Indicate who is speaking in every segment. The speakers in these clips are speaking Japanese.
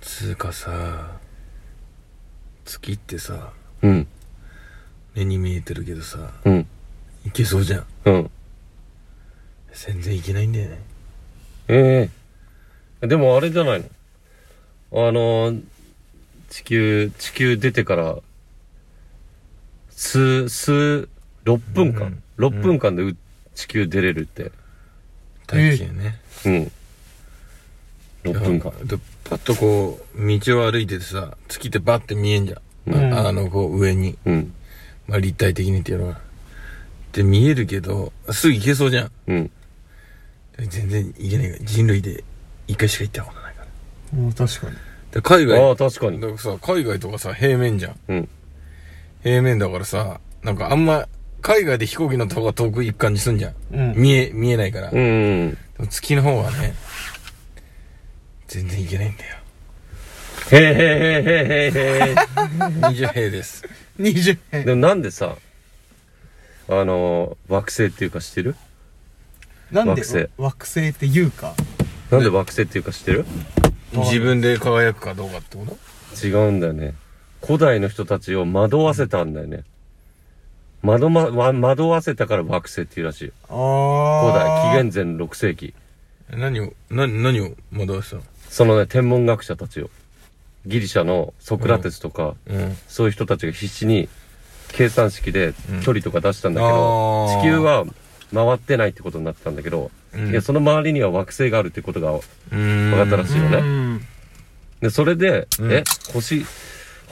Speaker 1: つうかさ月ってさ
Speaker 2: うん。
Speaker 1: 目に見えてるけどさ
Speaker 2: うん。
Speaker 1: いけそうじゃん
Speaker 2: うん。
Speaker 1: 全然いけないんだよね
Speaker 2: ええでもあれじゃないのあのー、地球、地球出てから、数、数、6分間、
Speaker 1: うん
Speaker 2: 6分間でう地球出れるって。
Speaker 1: 大気やね、
Speaker 2: うん。6分間。
Speaker 1: でパッとこう道を歩いててさ月ってバッて見えんじゃん、
Speaker 2: うん
Speaker 1: ああのこう上に、
Speaker 2: うん。
Speaker 1: まあ、立体的にっていうのがで見えるけどすぐ行けそうじゃん
Speaker 2: うん。
Speaker 1: 全然いけないから人類で一回しか行ったことないから
Speaker 3: うん確かに
Speaker 1: で海外
Speaker 2: ああ、確かに
Speaker 1: だ。からさ海外とかさ平面じゃん
Speaker 2: うん。
Speaker 1: 平面だからさなんかあんま海外で飛行機のとこが遠く行く感じすんじゃん、
Speaker 3: うん
Speaker 1: 見え見えないから、
Speaker 2: う
Speaker 1: で
Speaker 2: ん。
Speaker 1: も月の方はね全然行けないんだよ
Speaker 2: へえへえへえへえへ
Speaker 1: 20平 です
Speaker 3: 20
Speaker 2: え。でもなんでさ、あのー、惑星っていうか知ってる
Speaker 3: なんで
Speaker 2: 惑星
Speaker 3: 惑星って言うか
Speaker 2: なんで惑星っていうか知ってる
Speaker 1: 自分で輝くかどうかってこと
Speaker 2: 違うんだよね。古代の人たちを惑わせたんだよね。惑ま、わ惑わせたから惑星っていうらしいよ。
Speaker 3: ああ
Speaker 2: 古代、紀元前6世紀。
Speaker 1: え何を何何を惑わしたの
Speaker 2: そのね、天文学者たちを。ギリシャのソクラテスとか、
Speaker 1: うん
Speaker 2: そういう人たちが必死に計算式で距離とか出したんだけど、
Speaker 1: うんあー
Speaker 2: 地球は回ってないってことになってたんだけど、
Speaker 1: うん
Speaker 2: いや、その周りには惑星があるってことが
Speaker 1: うーん
Speaker 2: 分かったらしいよね。
Speaker 3: うん
Speaker 2: で、それで、
Speaker 1: うん
Speaker 2: え、星、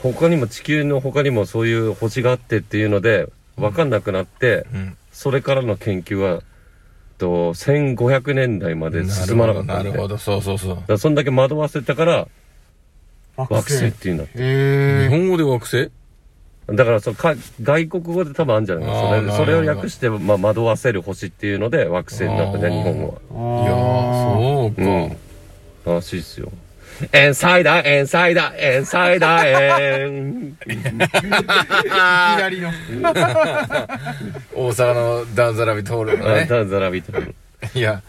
Speaker 2: 他にも地球の他にもそういう星があってっていうので、わかんなくなって、
Speaker 1: うん
Speaker 2: それからの研究は、と、1500年代まで進まなかったん
Speaker 1: な
Speaker 2: だ
Speaker 1: る
Speaker 2: よ
Speaker 1: ほどなるほどそうそうそう
Speaker 2: だからそんだけ惑わせたから、
Speaker 3: 惑
Speaker 2: 惑
Speaker 3: 星
Speaker 2: 星っ
Speaker 3: へ
Speaker 2: ていうんだって。
Speaker 1: 日
Speaker 3: え
Speaker 1: 本語で惑星
Speaker 2: だから、そのか、外国語で多分あるんじゃない
Speaker 1: あー
Speaker 2: かな。それ、
Speaker 1: な
Speaker 2: そ
Speaker 1: る
Speaker 2: れ
Speaker 1: ほ
Speaker 2: を
Speaker 1: ど
Speaker 2: 訳して、まあ、惑わせる星っていうので、惑星になったね、
Speaker 1: あー
Speaker 2: 日本語は。
Speaker 1: いやーそうか、
Speaker 2: うん。らしいっすよ。エンサイダー、エンサイダー、エンサイダー、エン。
Speaker 3: 左の
Speaker 1: 大阪のダンザラビ通るの
Speaker 2: あ
Speaker 1: ね
Speaker 2: ザラビット。
Speaker 1: いや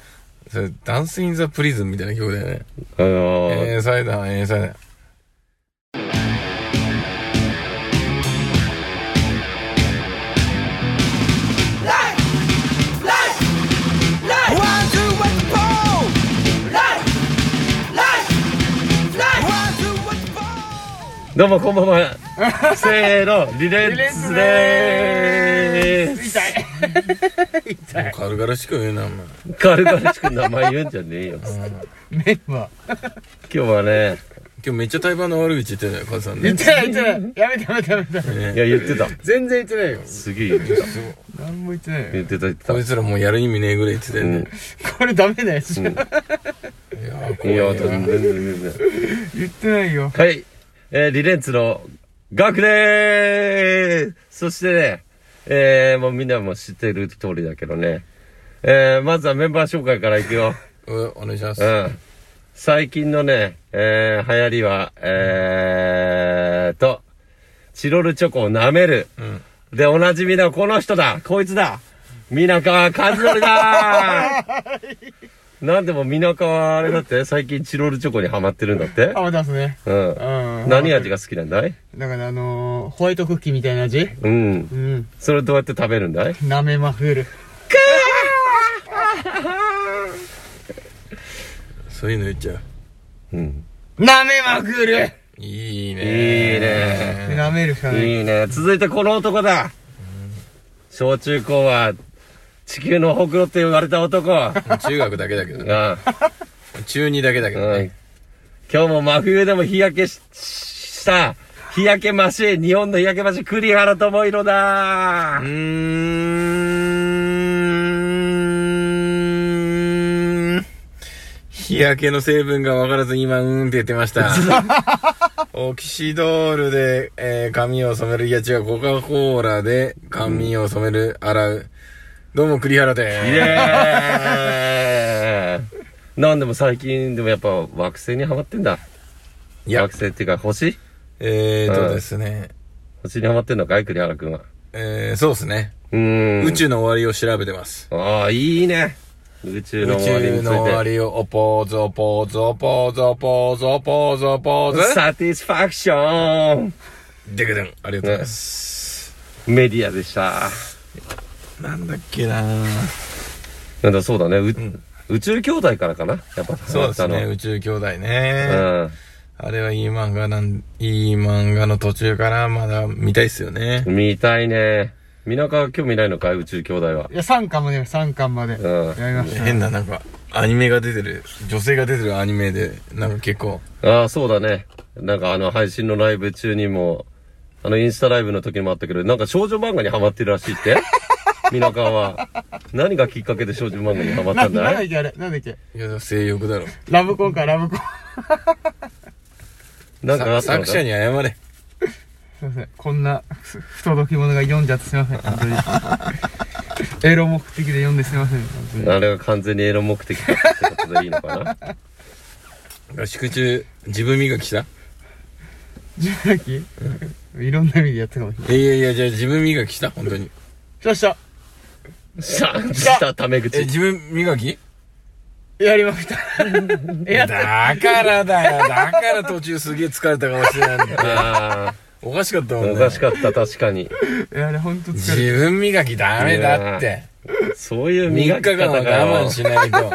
Speaker 1: それダンス・イン・ザ・プリズンみたいな曲だよね
Speaker 2: あのー
Speaker 1: えー、サイダー、えー、サイダー。
Speaker 2: どうもこんばんは。せーの、リレッツでーす。
Speaker 3: 痛い
Speaker 1: もう軽々しく言うな、お前。
Speaker 2: 軽々しく名前言うんじゃねえよ。
Speaker 3: メンバ
Speaker 2: 今日はね、
Speaker 1: 今日めっちゃ対バンの悪口言ってたよ、カズさん
Speaker 3: ー言
Speaker 1: ね
Speaker 3: っ。てない言ってないやめてやめてやめてやめて
Speaker 2: いや言ってた。
Speaker 3: 全然言ってないよ
Speaker 2: すげえ言ってた。
Speaker 3: 何も言ってない
Speaker 2: 言
Speaker 3: よ
Speaker 2: ってた言ってた
Speaker 1: こい。つらもうやる意味ねえぐらい言ってたよ
Speaker 2: う
Speaker 1: ね
Speaker 2: ん。
Speaker 3: これダメなやつじゃん
Speaker 1: いやー、
Speaker 2: い
Speaker 1: 怖
Speaker 2: い
Speaker 1: いよ。
Speaker 2: よ、全然全然。
Speaker 3: 言ってないよ
Speaker 2: はい。えー、リレンツのガクでーすそしてね、えー、もうみんなも知ってる通りだけどね。えー、まずはメンバー紹介からいくよ。
Speaker 1: うんお願いします。
Speaker 2: うん。最近のね、えー、流行りは、えーと、チロルチョコを舐める。
Speaker 1: うん。
Speaker 2: で、おなじみのこの人だこいつだ皆川和則だーなんでも皆川あれだって、最近チロルチョコにハマってるんだって
Speaker 3: あまたすね
Speaker 2: うん
Speaker 3: う。ん
Speaker 2: 何味が好きなんだい
Speaker 3: だからあのーホワイトクッキーみたいな味
Speaker 2: うん。
Speaker 3: うん
Speaker 2: それどうやって食べるんだい
Speaker 3: なめまふる
Speaker 1: そういうの言っちゃ
Speaker 2: うん。
Speaker 3: なめまくる
Speaker 1: う。いいね
Speaker 2: いい。ね。
Speaker 3: なめるしかない
Speaker 2: いいね。続いてこの男だ。小中高は、地球のほくろって言われた男。あ
Speaker 1: 中学だけだけどね。
Speaker 2: あ
Speaker 1: 中2だけだけど
Speaker 2: う
Speaker 1: ね。
Speaker 2: ん今日も真冬でも日焼けしした、日焼けマシン、日本の日焼けマシン、栗原智弘だ
Speaker 1: うーん。日焼けの成分が分からず今、うーんって言ってま した。オキシドールで、えー髪を染める。いや違う、コカ・コーラで髪を染める、洗う。どうも、栗原
Speaker 2: イ
Speaker 1: で
Speaker 2: エーイ なんでも最近でもやっぱ惑星にハマってんだ。
Speaker 1: す。いや
Speaker 2: 惑、星っていうか星
Speaker 1: えーとですね。
Speaker 2: 星にハマってんのかい栗原くんは。
Speaker 1: えー、そうですね。
Speaker 2: うーん。
Speaker 1: 宇宙の終わりを調べてます。
Speaker 2: ああ、いいね。宇宙
Speaker 1: 宇
Speaker 2: の終わりに
Speaker 1: 宙
Speaker 2: つ
Speaker 1: の終わ
Speaker 2: い
Speaker 1: りを、おポーズ、おポーズ、おポーズ、おポーズ、おポーズ、おポーズ
Speaker 2: て。。サティスファクション
Speaker 1: デクデン。ありがとうございます。
Speaker 2: メディアでした。
Speaker 1: なんだっけな
Speaker 2: なんだそうだね、う宇宙兄弟からかなやっぱ、
Speaker 1: そうですね、
Speaker 2: 流
Speaker 1: 宇宙兄弟
Speaker 2: 行
Speaker 1: ね。
Speaker 2: ったの。
Speaker 1: あれはいい漫画なん、いい漫画の途中からまだ見たいっすよね
Speaker 2: う。ん。見たいね。みなか興味ないのかい宇宙兄弟は。
Speaker 3: いや、3巻まで、3巻まで。
Speaker 2: うん
Speaker 3: やりました。
Speaker 1: 変な、なんか、アニメが出てる、女性が出てるアニメで、なんか結構、
Speaker 2: ああ、そうだね。なんかあの配信のライブ中にも、あのインスタライブの時にもあったけど、なんか少女漫画にハマってるらしいって みなかは。何がきっかけで少女漫画にハマった
Speaker 3: な、
Speaker 2: ん
Speaker 3: なん
Speaker 2: だ
Speaker 3: だ
Speaker 2: い
Speaker 3: っけあれなんだっけ
Speaker 1: いや、性欲だろ。
Speaker 3: ラブコンか、ラブコン。
Speaker 2: なんかあったの
Speaker 1: 作
Speaker 2: か
Speaker 1: 者に謝れ。
Speaker 3: すいません。こんな、ふ不届き者が読んじゃってすいません。本 当に。エロ目的で読んですいません。本当に
Speaker 2: あれは完全にエロ目的だったってことでいいのか な
Speaker 1: 合宿中、自分磨きした
Speaker 3: 自分磨きいろんな意味でやったかもしれない。
Speaker 1: いやいや、じゃあ自分磨きした本当に。
Speaker 3: しました
Speaker 2: さあ、したタメ
Speaker 1: え、
Speaker 2: 口。
Speaker 1: 自分磨き
Speaker 3: やりました。や
Speaker 1: だからだよ。だから途中すげえ疲れたかもしれないんだよ。
Speaker 2: あ
Speaker 1: おかしかった
Speaker 2: あ、
Speaker 1: もんね。
Speaker 2: おかしかった、確かに。
Speaker 3: いや、あれほんと疲
Speaker 1: 自
Speaker 3: れ
Speaker 1: 分磨きダメだって。
Speaker 2: そうい
Speaker 1: 3
Speaker 2: う磨
Speaker 1: 日
Speaker 2: き
Speaker 1: 間
Speaker 2: 方
Speaker 1: は
Speaker 2: が
Speaker 1: 我慢しないと。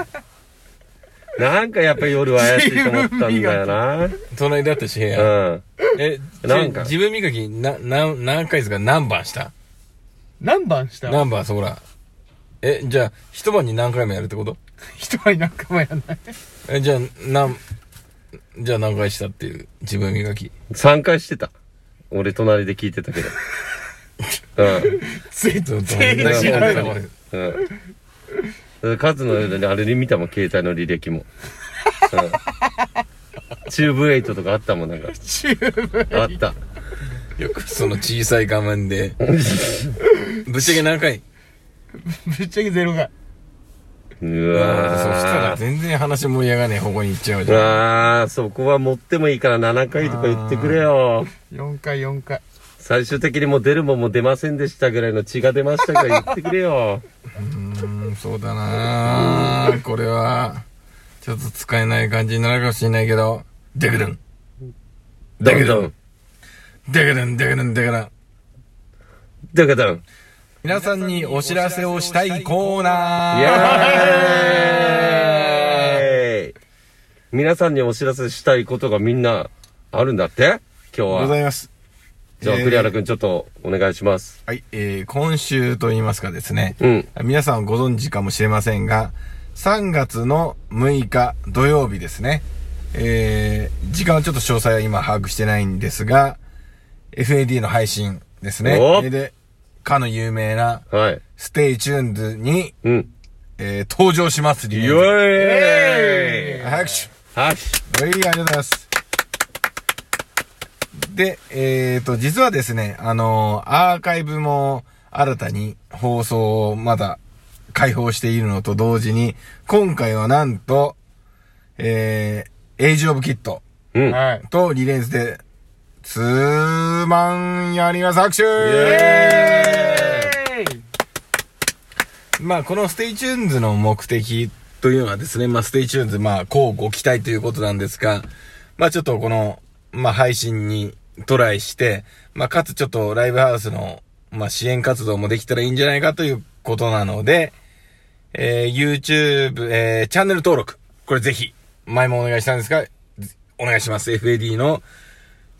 Speaker 2: なんかやっぱり夜は怪しいと思ったんだよな。
Speaker 1: 隣だったし、部屋。
Speaker 2: うん。
Speaker 1: え、
Speaker 2: なんか
Speaker 1: 自分磨き、な、な、何回ですか何番した
Speaker 3: 何番した
Speaker 1: 何番、そこら。え、じゃあ、一晩に何回もやるってこと
Speaker 3: 一晩何回もやんない。
Speaker 1: え、じゃあ、何、じゃあ何回したっていう、自分磨き。
Speaker 2: 3回してた。俺隣で聞いてたけど。うん。
Speaker 3: 絶
Speaker 1: どどんだ
Speaker 3: 対
Speaker 1: け
Speaker 2: 違
Speaker 1: 知
Speaker 2: う
Speaker 1: らない
Speaker 2: うん。カズの、ね、あれで見たもん、携帯の履歴も。うん。チューブエイトとかあったもん、なんか。
Speaker 3: 十分。
Speaker 2: あった。
Speaker 1: よく その小さい画面 で。ぶっちゃけ何回
Speaker 3: ぶっちゃけゼロ回。
Speaker 2: う
Speaker 1: そした
Speaker 2: わ
Speaker 1: ら
Speaker 2: ー。
Speaker 1: 全然話盛り上がんねえ方向に行っちゃう
Speaker 2: う
Speaker 1: じゃん。
Speaker 2: わー、そこは持ってもいいから7回とか言ってくれよ。
Speaker 3: 4回、4回。
Speaker 2: 最終的にもう出るもんも出ませんでしたぐらいの血が出ましたから言ってくれ よ。
Speaker 1: うん、そうだなあこれは、ちょっと使えない感じになるかもしれないけど、デグルン
Speaker 2: どんどん。
Speaker 1: デグルンデグルンデグルン
Speaker 2: どんどん。
Speaker 1: 皆さんにお知らせをしたいコーナ
Speaker 2: イ
Speaker 1: ー
Speaker 2: エーイ皆さんにお知らせしたいことがみんなあるんだって今
Speaker 1: ご
Speaker 2: 日
Speaker 1: ざ
Speaker 2: は。
Speaker 1: います。
Speaker 2: じゃあ、
Speaker 1: えー
Speaker 2: 栗原くんちょっとお願いします。
Speaker 1: はい、えー、今週と言いますかですね、
Speaker 2: うん。
Speaker 1: 皆さんご存知かもしれませんが、3月の6日土曜日ですね。えー、時間はちょっと詳細は今把握してないんですが、FAD の配信ですね。
Speaker 2: お
Speaker 1: で、かの有名な
Speaker 2: はい。
Speaker 1: ステイチューンズに、
Speaker 2: うん。
Speaker 1: えー登場します。リ
Speaker 2: イ
Speaker 1: リー
Speaker 2: エーイ
Speaker 1: ス拍手。
Speaker 2: は
Speaker 1: は
Speaker 2: い。
Speaker 1: い、ありがとうございます。で、えっ、と、実はですね、あのーアーカイブも新たに放送をまだ開放しているのと同時に、今回はなんと、えー、エイジオブキット
Speaker 2: うん。
Speaker 3: はい。
Speaker 1: とリレースで、ツーマンやります拍手
Speaker 2: エ
Speaker 3: えい
Speaker 1: まあ、このステイチューンズの目的というのはですね、まあ、ステイチューンズ、まあ、こうご期待ということなんですが、まあ、ちょっとこの、まあ、配信にトライして、まあ、かつちょっとライブハウスの、まあ、支援活動もできたらいいんじゃないかということなので、えー、YouTube、えー、チャンネル登録。これぜひ、前もお願いしたんですが、ずお願いします。FAD の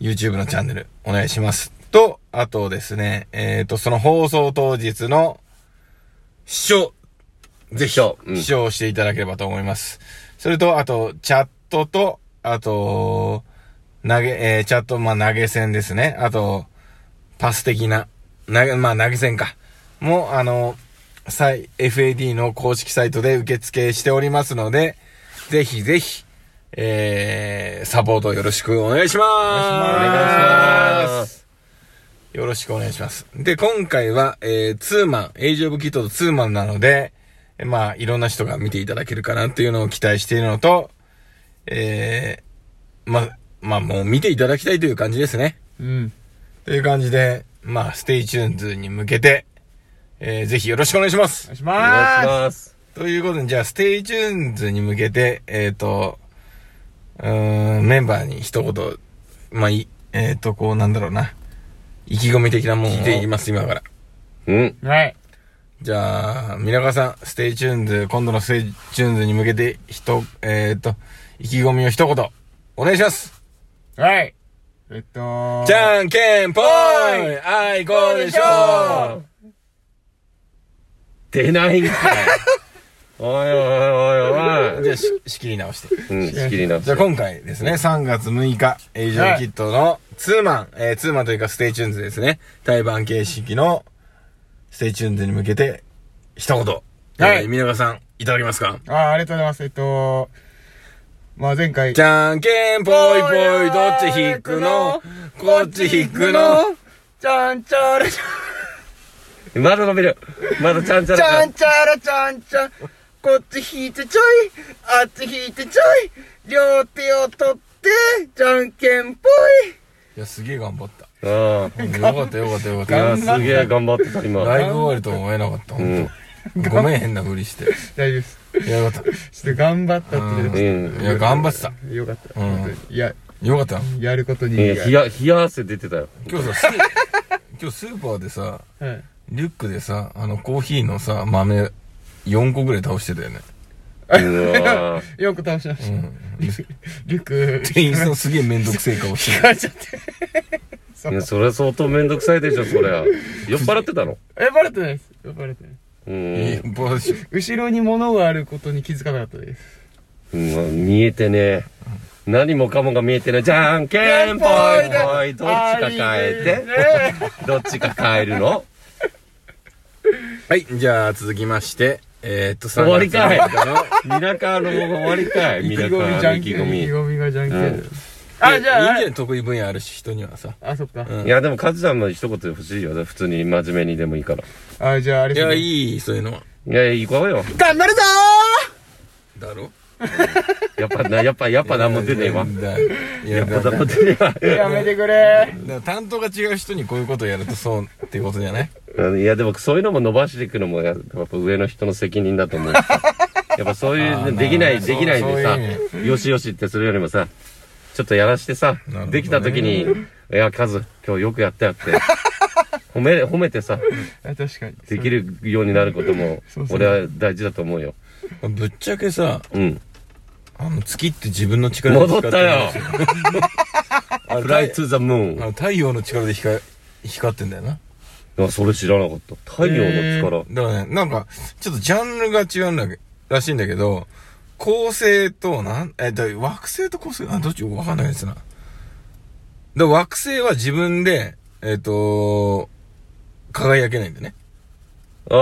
Speaker 1: YouTube のチャンネル、お願いします。と、あとですね、えっ、と、その放送当日の、視聴、ぜひ、
Speaker 2: 視聴うん
Speaker 1: 視聴していただければと思います。それと、あと、チャットと、あと、投げ、えーチャット、まあ、投げ銭ですね。あと、パス的な、投げ、まあ、投げ銭か。も、あの、さい FAD の公式サイトで受付しておりますので、ぜひぜひ、えー、サポートよろしくお願いします。
Speaker 2: お願いします。
Speaker 1: よろしくお願いします。で、今回は、えー、ツーマン、エイジオブキットとツーマンなので、えーまあ、いろんな人が見ていただけるかなっていうのを期待しているのと、えー、ま、まあ、もう見ていただきたいという感じですね。
Speaker 3: うん。
Speaker 1: という感じで、まあ、ステイチューンズに向けて、えー、ぜひよろしくお願いしま
Speaker 3: お
Speaker 1: す
Speaker 3: 願いし
Speaker 2: お願いし
Speaker 3: ま
Speaker 2: ます。
Speaker 1: ということで、じゃあ、ステイチューンズに向けて、えっ、と、うーん、メンバーに一言、まあ、いえっ、と、こう、なんだろうな。意気込み的なもんを聞いていきます、今から。
Speaker 2: うん。
Speaker 3: はい。
Speaker 1: じゃあ、皆川さん、ステイチューンズ、今度のステイチューンズに向けて、ひと、えっ、と、意気込みを一言、お願いします
Speaker 3: はい。えっと、
Speaker 1: じゃんけんぽい
Speaker 3: お
Speaker 1: あいこうでしょ
Speaker 2: 出ないん かい。おいおいおいおい。
Speaker 1: じゃあ、し仕切り直して。
Speaker 2: うん、仕切りな
Speaker 1: じゃあ今回ですね、3月6日、エイジョンキットのツーマン、えーツーマンというかステイチューンズですね。対バン形式のステイチューンズに向けて、一言。
Speaker 3: はい
Speaker 1: えー皆川さん、いただけますか
Speaker 3: あーありがとうございます。えっと、まあ前回、
Speaker 1: じゃんけんぽいぽい、どっち引くのこっち引くの
Speaker 3: ちゃんちゃらち
Speaker 2: まだ伸びる。まだちゃんちゃら
Speaker 3: ゃ
Speaker 2: だ
Speaker 3: んちゃらちゃんちゃん。こっち引いてちょい、あっち引いてちょい。両手を取って、じゃんけんぽい。
Speaker 1: いや、すげえ頑張った。
Speaker 2: うん。
Speaker 1: うん よかったよかったよかっ
Speaker 2: いや、
Speaker 1: た。
Speaker 2: すげえ頑張ってた、今。
Speaker 1: ライブ終わりと思えなかった、ほんと。ごめん、変なふりして。
Speaker 3: 大丈夫です。
Speaker 1: いやよかっ
Speaker 3: ちょっと頑張ったって言っ
Speaker 2: う
Speaker 3: て
Speaker 1: た。
Speaker 2: ん
Speaker 1: い。や、頑張ってた。
Speaker 3: よかった。
Speaker 1: うん
Speaker 3: 本当にいや、
Speaker 1: よかったよ。
Speaker 3: やることに意
Speaker 2: い
Speaker 3: 義が
Speaker 2: や、冷や、冷や汗出てたよ。
Speaker 1: 今日 さ、スー今日スーパーでさ、
Speaker 3: はい
Speaker 1: リュックでさ、あの、コーヒーのさ、豆、4個ぐらい倒してたよね。
Speaker 2: うわー
Speaker 3: よく倒しました。リュック、リュック、
Speaker 1: 店員さんすげえめんどくせえ顔して
Speaker 3: 引かれちゃって。
Speaker 2: いや、それ相当めんどくさいでしょ、そりゃ。酔っ払ってたの
Speaker 3: え、バレてないです。バレてない。
Speaker 2: う
Speaker 1: る。いい
Speaker 2: ん。
Speaker 1: バージョン
Speaker 3: 後ろに物があることに気づかなかったです。
Speaker 2: うん見えてねえ。何もかもが見えてない。じゃんけんぽいぽい、どっちか変え
Speaker 3: て。
Speaker 2: て。どっちか変えるの
Speaker 1: はい、じゃあ続きまして、えー、っと、
Speaker 2: 終わりかい
Speaker 1: 3月7日の
Speaker 2: ミラカーの終わりかい。ミ
Speaker 3: 意気
Speaker 2: ラカ
Speaker 3: 込みじゃ
Speaker 2: ーの
Speaker 3: ん
Speaker 2: 意気
Speaker 3: けん。意気
Speaker 2: 込み。
Speaker 3: 込みがじゃんけ
Speaker 2: うん
Speaker 3: ん。あ、
Speaker 1: い
Speaker 3: じ
Speaker 1: いん
Speaker 3: ゃあ
Speaker 1: じゃ、ない得意分野あるし、人にはさ。
Speaker 3: あ、そっか。
Speaker 1: うん
Speaker 2: いや、でも、カズさんの一言で欲しいよ。普通に真面目にでもいいから。
Speaker 3: あ、じゃあ、あれ
Speaker 1: いや、いい、そういうのは。
Speaker 2: いや、行こうよ。
Speaker 3: 頑張るぞ
Speaker 1: だろ
Speaker 2: やっぱな、やっぱ、やっぱ何も出ねえわ。
Speaker 1: だいや、
Speaker 2: やっ
Speaker 1: だ
Speaker 2: ぱ
Speaker 1: だ
Speaker 2: 何も出ね
Speaker 3: ーやめてくれ
Speaker 1: だ担当が違う人にこういうことやるとそうっていうことじゃない
Speaker 2: えわ。いや、でも、そういうのも伸ばしていくのも、やっぱ上の人の責任だと思うしさ。やっぱそうい
Speaker 1: あー
Speaker 2: う、できな
Speaker 1: ま
Speaker 2: い、
Speaker 1: あ
Speaker 2: できない
Speaker 1: そう
Speaker 2: でさ
Speaker 1: そういう、
Speaker 2: よしよしってするよりもさ、ちょっとやらしてさ
Speaker 1: ほど、ね
Speaker 2: できた時に、いや、カズ、今日よくやった よって、褒め、褒めてさ、
Speaker 3: あ確かに。
Speaker 2: できるようになることも
Speaker 3: そう、そう
Speaker 2: 俺は大事だと思うよ。
Speaker 1: ぶっちゃけさ、
Speaker 2: うん。
Speaker 1: あの、月って自分の力で
Speaker 2: 戻
Speaker 1: 光
Speaker 2: っ
Speaker 1: って
Speaker 2: たよ
Speaker 1: るんですよ。あれ
Speaker 2: フライトゥザム
Speaker 1: あ
Speaker 2: ー
Speaker 1: の太陽の力で光光ってんだよな。
Speaker 2: ン。あ、それ知らなかった。太陽の力。
Speaker 1: だからね、なんか、ちょっとジャンルが違うんだけ、らしいんだけど、恒星と、なん、えっと、惑星と恒星、あ、どっちわかんないやつな。で、惑星は自分で、えっ、と、輝けないんだね。
Speaker 2: あ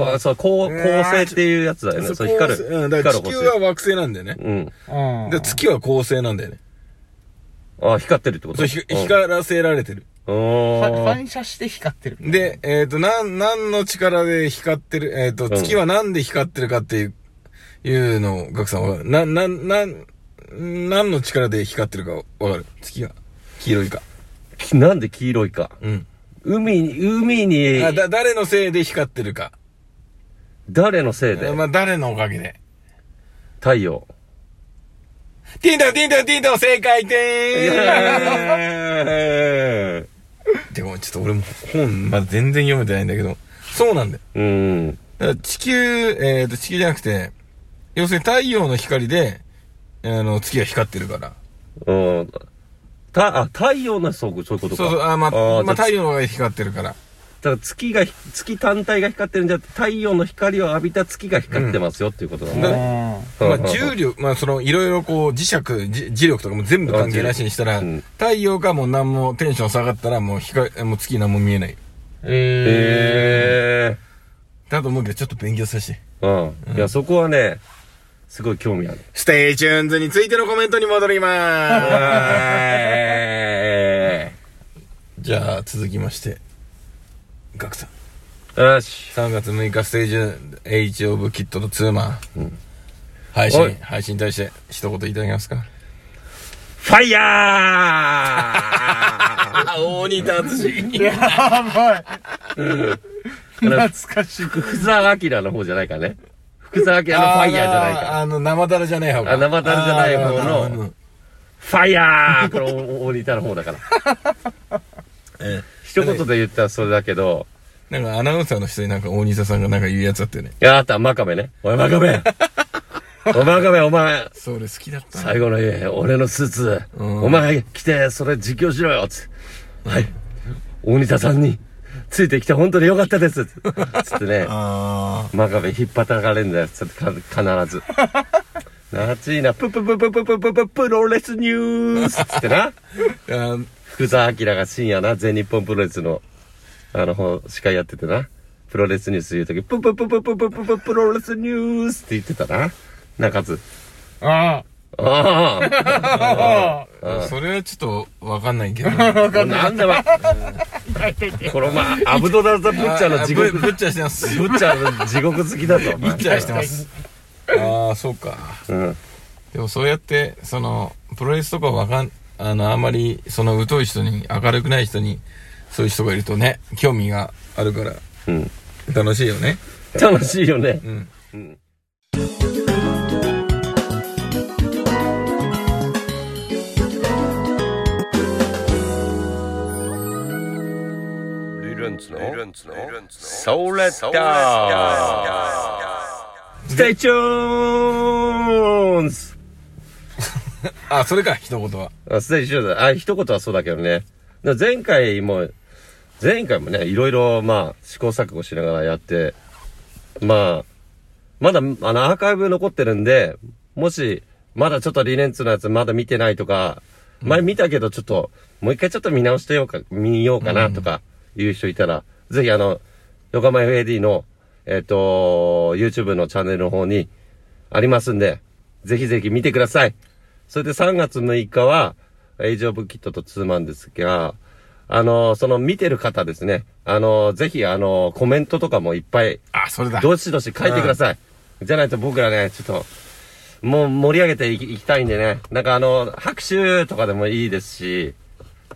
Speaker 2: あ、
Speaker 3: あ
Speaker 2: こそう、光、光星っていうやつだよね。そう、光
Speaker 1: 恒星う
Speaker 2: る。
Speaker 1: ん、だから
Speaker 2: 光る
Speaker 1: 地
Speaker 2: 星
Speaker 1: 球。は惑星なんだよね。
Speaker 2: うん。
Speaker 3: うん。
Speaker 1: で、月は恒星なんだよね。
Speaker 2: ああ、光ってるってこと
Speaker 1: そう、ひ光らせられてる。
Speaker 2: うん。
Speaker 3: は
Speaker 2: ああ。
Speaker 3: 反射して光ってる。
Speaker 1: で、えっ、と、なん、何の力で光ってる、えっ、と、
Speaker 2: ん
Speaker 1: 月はなんで光ってるかっていう、いうのを、ガクさんは、な、な、な、何の力で光ってるかわかる月が。黄色いか。
Speaker 2: きなんで黄色いか。
Speaker 1: うん。
Speaker 2: 海に、海に、
Speaker 1: あだ、誰のせいで光ってるか。
Speaker 2: 誰のせいで
Speaker 1: まあ、誰のおかげで。
Speaker 2: 太陽。
Speaker 1: ティントンティントンティントン正解でー
Speaker 2: え
Speaker 1: すてか、ごめんちょっと俺も本、まだ全然読めてないんだけど、そうなんだよ。
Speaker 2: ーうん。
Speaker 1: だから地球、えっ、と、地球じゃなくて、要するに太陽の光で、あの、月が光ってるから。
Speaker 2: うん。た、あ、太陽の、そう、そういうことか。
Speaker 1: そうそう、あーまあ、
Speaker 2: ー
Speaker 1: まあ、
Speaker 2: じゃ
Speaker 1: 太陽の方が光ってるから。
Speaker 2: だから月がひ、月単体が光ってるんじゃなくて、太陽の光を浴びた月が光ってますよっていうことだ
Speaker 1: うん
Speaker 2: ね。
Speaker 3: あ
Speaker 1: まあ、
Speaker 2: うん
Speaker 1: 重力、まあ、その、いろいろこう、磁石、じ磁力とかも全部関係なしにしたら、
Speaker 2: あ重力うん
Speaker 1: 太陽がもう何もテンション下がったら、もう光、もう月何も見えない。
Speaker 2: へ
Speaker 3: え
Speaker 1: だと思うけど、ちょっと勉強させて。
Speaker 2: ー。うん。いや、そこはね、すごい興味ある。
Speaker 1: ステイチューンズについてのコメントに戻りま
Speaker 2: え
Speaker 1: す。じゃあ、続きまして、ガクさん。
Speaker 2: ーよし。
Speaker 1: 3月6日、ステイチューン、H オブキットとツーマン。配
Speaker 2: お
Speaker 1: 信
Speaker 2: い、
Speaker 1: 配信に対して、一言いただけますか
Speaker 2: ファイヤー
Speaker 1: あ、大仁田敦
Speaker 3: ー。やばい。懐かしい。
Speaker 2: 福沢明の方じゃないからね。草野球のファイヤーじゃ
Speaker 1: あ
Speaker 2: ないか
Speaker 1: ーあの、生だらじゃない方
Speaker 2: あ生だらじゃない方の
Speaker 1: あーなるほどなるほど
Speaker 2: ファイヤーこれお、おお似たの方だから。
Speaker 1: え
Speaker 2: 一言で言ったらそれだけど、
Speaker 1: えなんかアナウンサーの人になんか大西田さんがなんか言うやつあったよね。
Speaker 2: いや、あとは真壁ね。 おい、真壁おい、真壁、お前
Speaker 1: それ好きだったな。
Speaker 2: 最後の家、俺のスーツ、
Speaker 1: うん
Speaker 2: お前来て、それ実況しろよ、つってはい。大仁田さんに、ついてきて本当によかったです、つってね。
Speaker 1: あ
Speaker 2: 真壁引っ張たかれんだよ、つってか必ず。夏いな、プププププププププロレスニュースつってな。
Speaker 1: ーあー。
Speaker 2: 福沢明が深夜な、全日本プロレスの、あの、ほ司会やっててな。プロレスニュース言うとき、プププププププププロレスニュースって言ってたな。中津。
Speaker 3: あ
Speaker 2: あ
Speaker 3: あ。
Speaker 1: それはちょっとわかんない けど。
Speaker 2: あ、なんだわ。これまあ、アブドラザ・ブッチャーの地獄、
Speaker 1: あぶぶっちゃしてます。
Speaker 2: ブッチャーの地獄好きだぞ。
Speaker 1: ぶっちゃしてます。ああ、そうか。
Speaker 2: うん。
Speaker 1: でもそうやって、その、プロレスとかわかん、あの、あんまり、その、疎い人に、明るくない人に、そういう人がいるとね、興味があるから、
Speaker 2: うん。
Speaker 1: 楽しいよね。
Speaker 2: 楽しいよね。
Speaker 1: うん。
Speaker 2: うん。リレンツのソーレッダーステイチューンズ
Speaker 1: あ、それか、一言は。
Speaker 2: あ、ステージ上だ。あ、一言はそうだけどね。だから前回も、前回もね、いろいろ、まあ、試行錯誤しながらやって、まあ、まだ、あの、アーカイブ残ってるんで、もし、まだちょっとリネンツのやつまだ見てないとか、前見たけどちょっと、もう一回ちょっと見直してようか、見ようかなとか、いう人いたら、ぜひあの、ヨガマ FAD の、えっ、と、YouTube のチャンネルの方にありますんで、ぜひぜひ見てください。それで3月6日は、エイジオブキットとツーマンですが、あの、その見てる方ですね、あの、ぜひあの、コメントとかもいっぱい
Speaker 1: あ、それだ。
Speaker 2: どしどし書いてください。じゃないと僕らね、ちょっと、もう盛り上げていきいきたいんでね。なんかあの、拍手とかでもいいですし、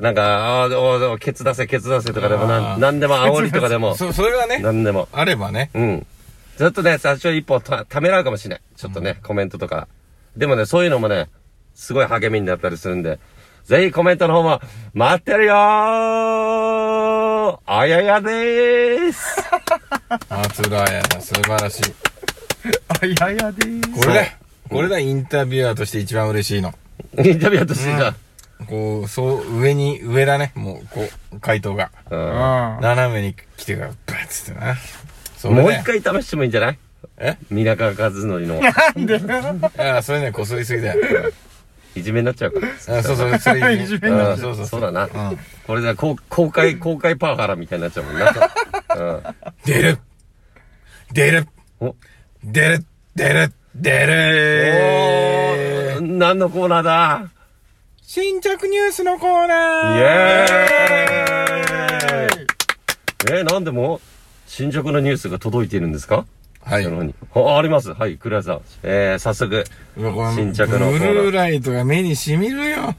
Speaker 2: なんか、あーおーおー、ケツ出せ、ケツ出せとかでも
Speaker 1: あ
Speaker 2: な
Speaker 1: ー
Speaker 2: ん、なんでも煽りとかでも、
Speaker 1: そ、それがね、
Speaker 2: なんでも。
Speaker 1: あればね。
Speaker 2: うん。ずっとね、最初一歩たためらうかもしれない。ちょっとね、コメントとか。でもね、そういうのもね、すごい励みになったりするんで、ぜひコメントの方も、待ってるよーあややでーす
Speaker 1: 松浦彩だ、素晴らしい。
Speaker 3: あややでー
Speaker 1: これだよこれだ、インタビュアーとして一番嬉しいの。
Speaker 2: インタビュアーとしてじゃ
Speaker 1: こう、そう、上に、上だね。もう、こう、回答が。
Speaker 2: あうん
Speaker 3: あ
Speaker 1: 斜めに来てから、バッつってな。それね
Speaker 2: もう一。回試してもいいんじゃない
Speaker 1: え
Speaker 2: 三中和則 の
Speaker 3: なんで
Speaker 1: ああ、それね、こすりすぎだよ。
Speaker 2: いじめになっちゃうから。
Speaker 1: あそう そう、それいい、ね。
Speaker 3: いじめにな
Speaker 2: っちゃう
Speaker 1: あそう
Speaker 2: そ
Speaker 1: そうう。
Speaker 2: だな。
Speaker 1: うん
Speaker 2: これじゃ公公開、公開パワハラみたいになっちゃうもん な。
Speaker 1: 出る出る
Speaker 2: うん。お、
Speaker 1: 出る出る出
Speaker 2: え
Speaker 1: る
Speaker 2: ー、何のコーナーだ
Speaker 1: 新着ニュースのコーナ
Speaker 2: イ
Speaker 1: ー
Speaker 2: エーイえー、なんでも新宿のニュースが届いているんですか
Speaker 1: はい。
Speaker 2: その
Speaker 1: う
Speaker 2: 方にあ、あります。はい、クリアさん。えー、早速。
Speaker 1: わこれ
Speaker 2: 新着のコーナ
Speaker 1: ブ
Speaker 2: ー
Speaker 1: ルーライトが目に染みるよ。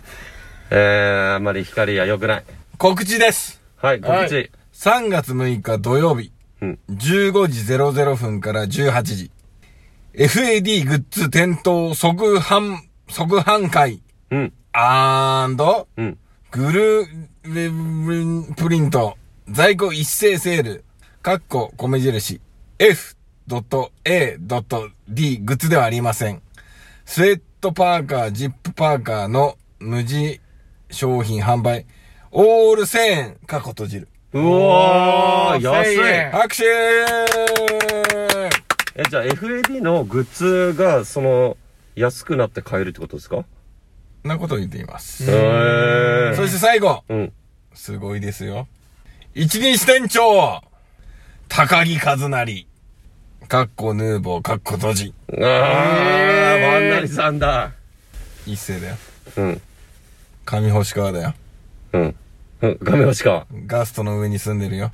Speaker 2: えー、あんまり光は良くない。
Speaker 1: 告知です。
Speaker 2: はい、告知。
Speaker 3: は
Speaker 1: 3月6日土曜日、
Speaker 2: うん
Speaker 1: 15時00分から18時、FAD グッズ店頭即販、即販会、
Speaker 2: うん、
Speaker 1: アンド、
Speaker 2: うん。
Speaker 1: グループリント、在庫一斉セール、カッコ米印、f.a.d グッズではありません。スウェットパーカー、ジップパーカーの無地商品販売、オール1000円、カッコ閉じる。
Speaker 2: うわー、
Speaker 3: おー
Speaker 2: 安い。
Speaker 3: 1000円
Speaker 1: 拍手
Speaker 2: え、じゃあ FAD のグッズが、その、安くなって買えるってことですか
Speaker 1: なことを言っています。
Speaker 2: へ
Speaker 1: そして最後、
Speaker 2: うん。
Speaker 1: すごいですよ。一日店長高木和成。かっこヌーボー、かっこ閉じ。
Speaker 2: ああ、ワンナリさんだ。
Speaker 1: 一世だよ。
Speaker 2: うん。
Speaker 1: 上星川だよ。
Speaker 2: うん。うん画面欲しか。
Speaker 1: ガストの上に住んでるよ。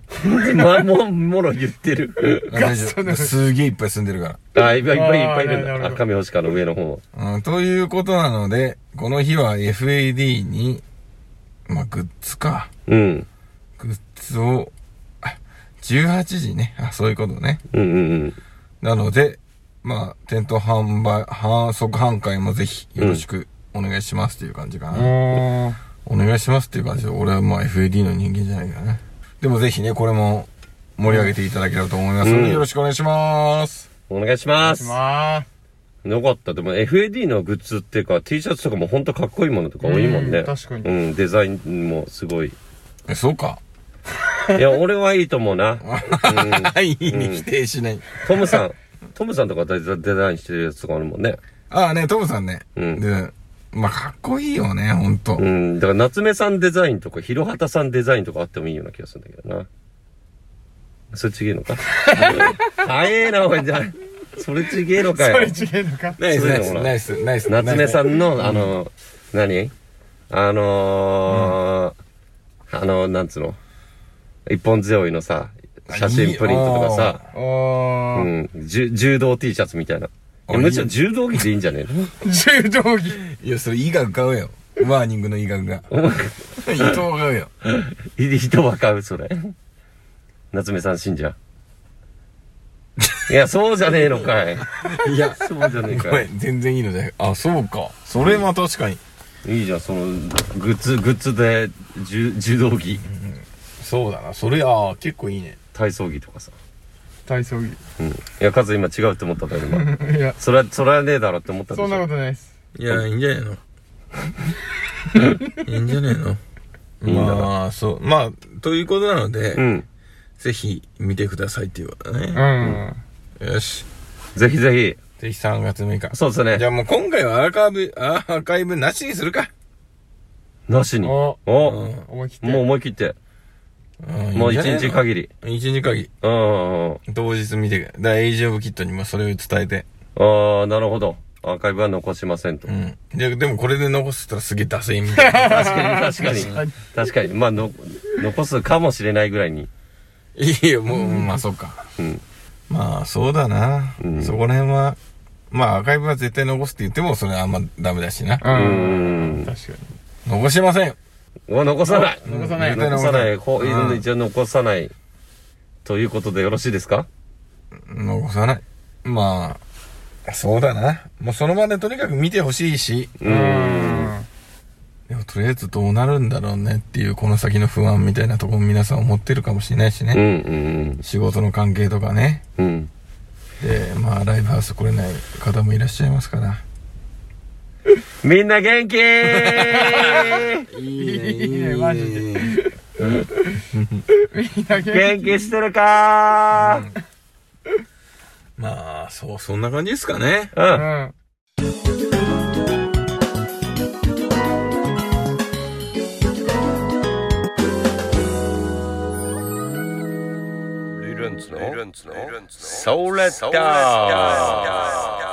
Speaker 2: ま、も、もろ言ってる。
Speaker 1: ガストすげえいっぱい住んでるか
Speaker 2: あーいっぱいいっぱいいっぱいいるん
Speaker 3: あーなるほ
Speaker 2: だ。
Speaker 3: ど
Speaker 2: あ、亀欲しかの上の方。
Speaker 1: ら。うん、ということなので、この日は FAD に、まあ、グッズか。
Speaker 2: うん。
Speaker 1: グッズを、あ18時ね。あ、そういうことね。
Speaker 2: うんうんうん。
Speaker 1: なので、まあ、店頭販売、販即販会もぜひよろしくお願いしますっていう感じかな。
Speaker 4: うん。
Speaker 1: お願いしますっていう感じで、俺はまあ FAD の人間じゃないからね。でもぜひね、これも盛り上げていただければと思いますので、
Speaker 2: うん
Speaker 1: よろしくお願いします。
Speaker 2: お願いしま
Speaker 4: し
Speaker 2: す。
Speaker 4: ます。
Speaker 2: よかった。でも FAD のグッズっていうか T シャツとかもほんとかっこいいものとか多いもんね。
Speaker 4: うん確かに
Speaker 2: うん、デザインもすごい。
Speaker 1: え、そうか。
Speaker 2: いや、俺はいいと思うな。
Speaker 1: はい、いに否定しない。
Speaker 2: トムさん、トムさんとかデザデザインしてるやつとかあるもんね。
Speaker 1: ああね、トムさんね。
Speaker 2: うん
Speaker 1: で、まあ、かっこいいよね、ほんと。
Speaker 2: うん、だから夏目さんデザインとか、広畑さんデザインとかあってもいいような気がするんだけどな。それちげえ のか早えな、おい、じゃあそれちげえのか
Speaker 4: こ
Speaker 2: よ
Speaker 4: れ。違うのか。
Speaker 1: ナイス、
Speaker 2: そう
Speaker 1: ナイ
Speaker 2: いうの
Speaker 1: ス、
Speaker 2: もな
Speaker 1: ナイス、ナイス。
Speaker 2: 夏目さ
Speaker 1: ん。
Speaker 2: んの、あの、何あのー、あの、なんつうの一本背負いのさ、写
Speaker 1: いい
Speaker 2: 真
Speaker 1: よ
Speaker 2: プリントとかさ、
Speaker 4: お
Speaker 2: う
Speaker 4: ー。
Speaker 2: ん、じゅ柔道 T シャツみたいな。い
Speaker 1: あ
Speaker 2: やむしろ
Speaker 1: いい
Speaker 2: 柔道着でいいんじゃね
Speaker 4: 柔道着。
Speaker 1: いや、それ、医学買うよ。ワーニングの医学が。 伊藤買うよ。
Speaker 2: えの人は買う、それ。夏目さん死んじゃう。いや、そうじゃねえのかい。
Speaker 1: いや、
Speaker 2: そうじゃねえ
Speaker 1: ご
Speaker 2: か
Speaker 1: め
Speaker 2: い。
Speaker 1: ん、全然いいので。あ、そうか。それは確かに。
Speaker 2: いいじゃん、その、グッズ、グッズで、柔柔道着、
Speaker 1: そうだな。それ、ああ、結構いいね。
Speaker 2: 体操着とかさ。
Speaker 4: 体操着。
Speaker 2: うん。いや、カズ今違うって思ったんだよ、今。
Speaker 4: いや、
Speaker 2: それは、それはねえだろって思ったでし
Speaker 4: そ
Speaker 2: ょ
Speaker 4: んなことないです。
Speaker 1: いや、いいんじゃないの いいんじゃないの
Speaker 2: いいんだな
Speaker 1: まあ、そう。まあ、ということなので、
Speaker 2: うん。
Speaker 1: ぜひ見てくださいっていうことだ
Speaker 4: う
Speaker 1: ね。
Speaker 4: ん。
Speaker 1: よし。
Speaker 2: ぜひぜ
Speaker 1: ぜひ3月6日
Speaker 2: ひ。。そうです
Speaker 1: じゃ
Speaker 2: ね。
Speaker 1: あもう今回はアーカイブ、アーカイブなしにするか。
Speaker 2: なしに。
Speaker 4: お
Speaker 2: お
Speaker 1: うん。
Speaker 2: も
Speaker 4: 思い切っ
Speaker 2: う
Speaker 4: て。
Speaker 2: 思い切って。もう一日限り。
Speaker 1: り。一日限
Speaker 2: うんうんうん。
Speaker 1: り。同日見て、だからエイジオブキットにもそれを伝えて。
Speaker 2: ああ、なるほど。アーカイブは残しませんと
Speaker 1: う。ん。で、でもこれで残すったらすげえダセいみたいな。
Speaker 2: 確かに、確か
Speaker 4: 確か
Speaker 2: に
Speaker 4: に。
Speaker 2: 確かに。まあ、の、残すかもしれないぐらいに。
Speaker 1: いいよ、もう、まあそうか。
Speaker 2: うん。
Speaker 1: まあそうだな。
Speaker 2: うん
Speaker 1: そこら辺は、まあアーカイブは絶対残すって言ってもそれはあんまダメだしな。
Speaker 4: う。
Speaker 2: うんん。
Speaker 4: 確かに。
Speaker 1: 残しません
Speaker 2: お残さない。
Speaker 4: 残さない。
Speaker 1: 絶対
Speaker 2: 残さない。ほ
Speaker 1: うん
Speaker 2: 一応残さない。ということでよろしいですか
Speaker 1: 残さない。まあ、そうだな。もうその場でとにかく見てほしいし、
Speaker 2: う
Speaker 4: うん。
Speaker 1: でもとりあえずどうなるんだろうねっていうこの先の不安みたいなとこも皆さん思ってるかもしれないし
Speaker 2: うんう
Speaker 1: ね。
Speaker 2: ん
Speaker 1: 仕事の関係とかね。
Speaker 2: うん。うん。
Speaker 1: で、まあライブハウス来れない方もいらっしゃいますから。
Speaker 2: みんな元気
Speaker 1: いいね、
Speaker 4: いねマジでみんな元
Speaker 2: 元気してるかー
Speaker 1: まあ、そう、そんな感じですかね。
Speaker 2: う。
Speaker 4: 気。うんん。
Speaker 2: リルンツの、ソーレッダー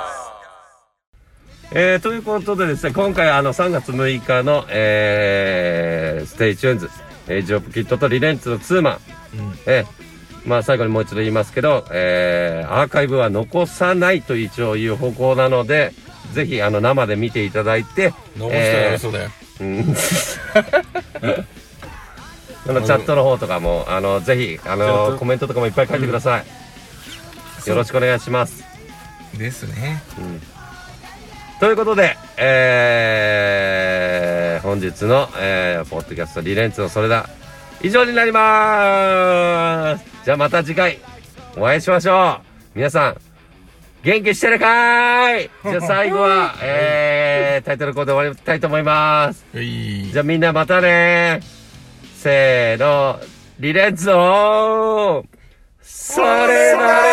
Speaker 2: えー、ということでですね、今回あの3月6日の、えー、ステイチューンズ、エイジオブキットとリレンツのツーマン、えーまあ最後にもう一度言いますけど、えー、アーカイブは残さないと一応いう方向なので、ぜひあの生で見ていただいて、
Speaker 1: 残したら
Speaker 2: えー
Speaker 1: 嘘だよ。
Speaker 2: うんあのチャットの方とかもあのぜひあ
Speaker 1: チャット
Speaker 2: のコメントとかもいっぱい書いてください、よろしくお願いします
Speaker 1: ですね。
Speaker 2: ということで、えー、本日の、えー、ポッドキャストリレンツのそれだ以上になりますじゃあまた次回お会いしましょう皆さん元気してるかーいじゃあ最後は、えー、タイトルコールで終わりたいと思います
Speaker 1: うい
Speaker 2: じゃあみんなまたねせーの、リレンツのそれだー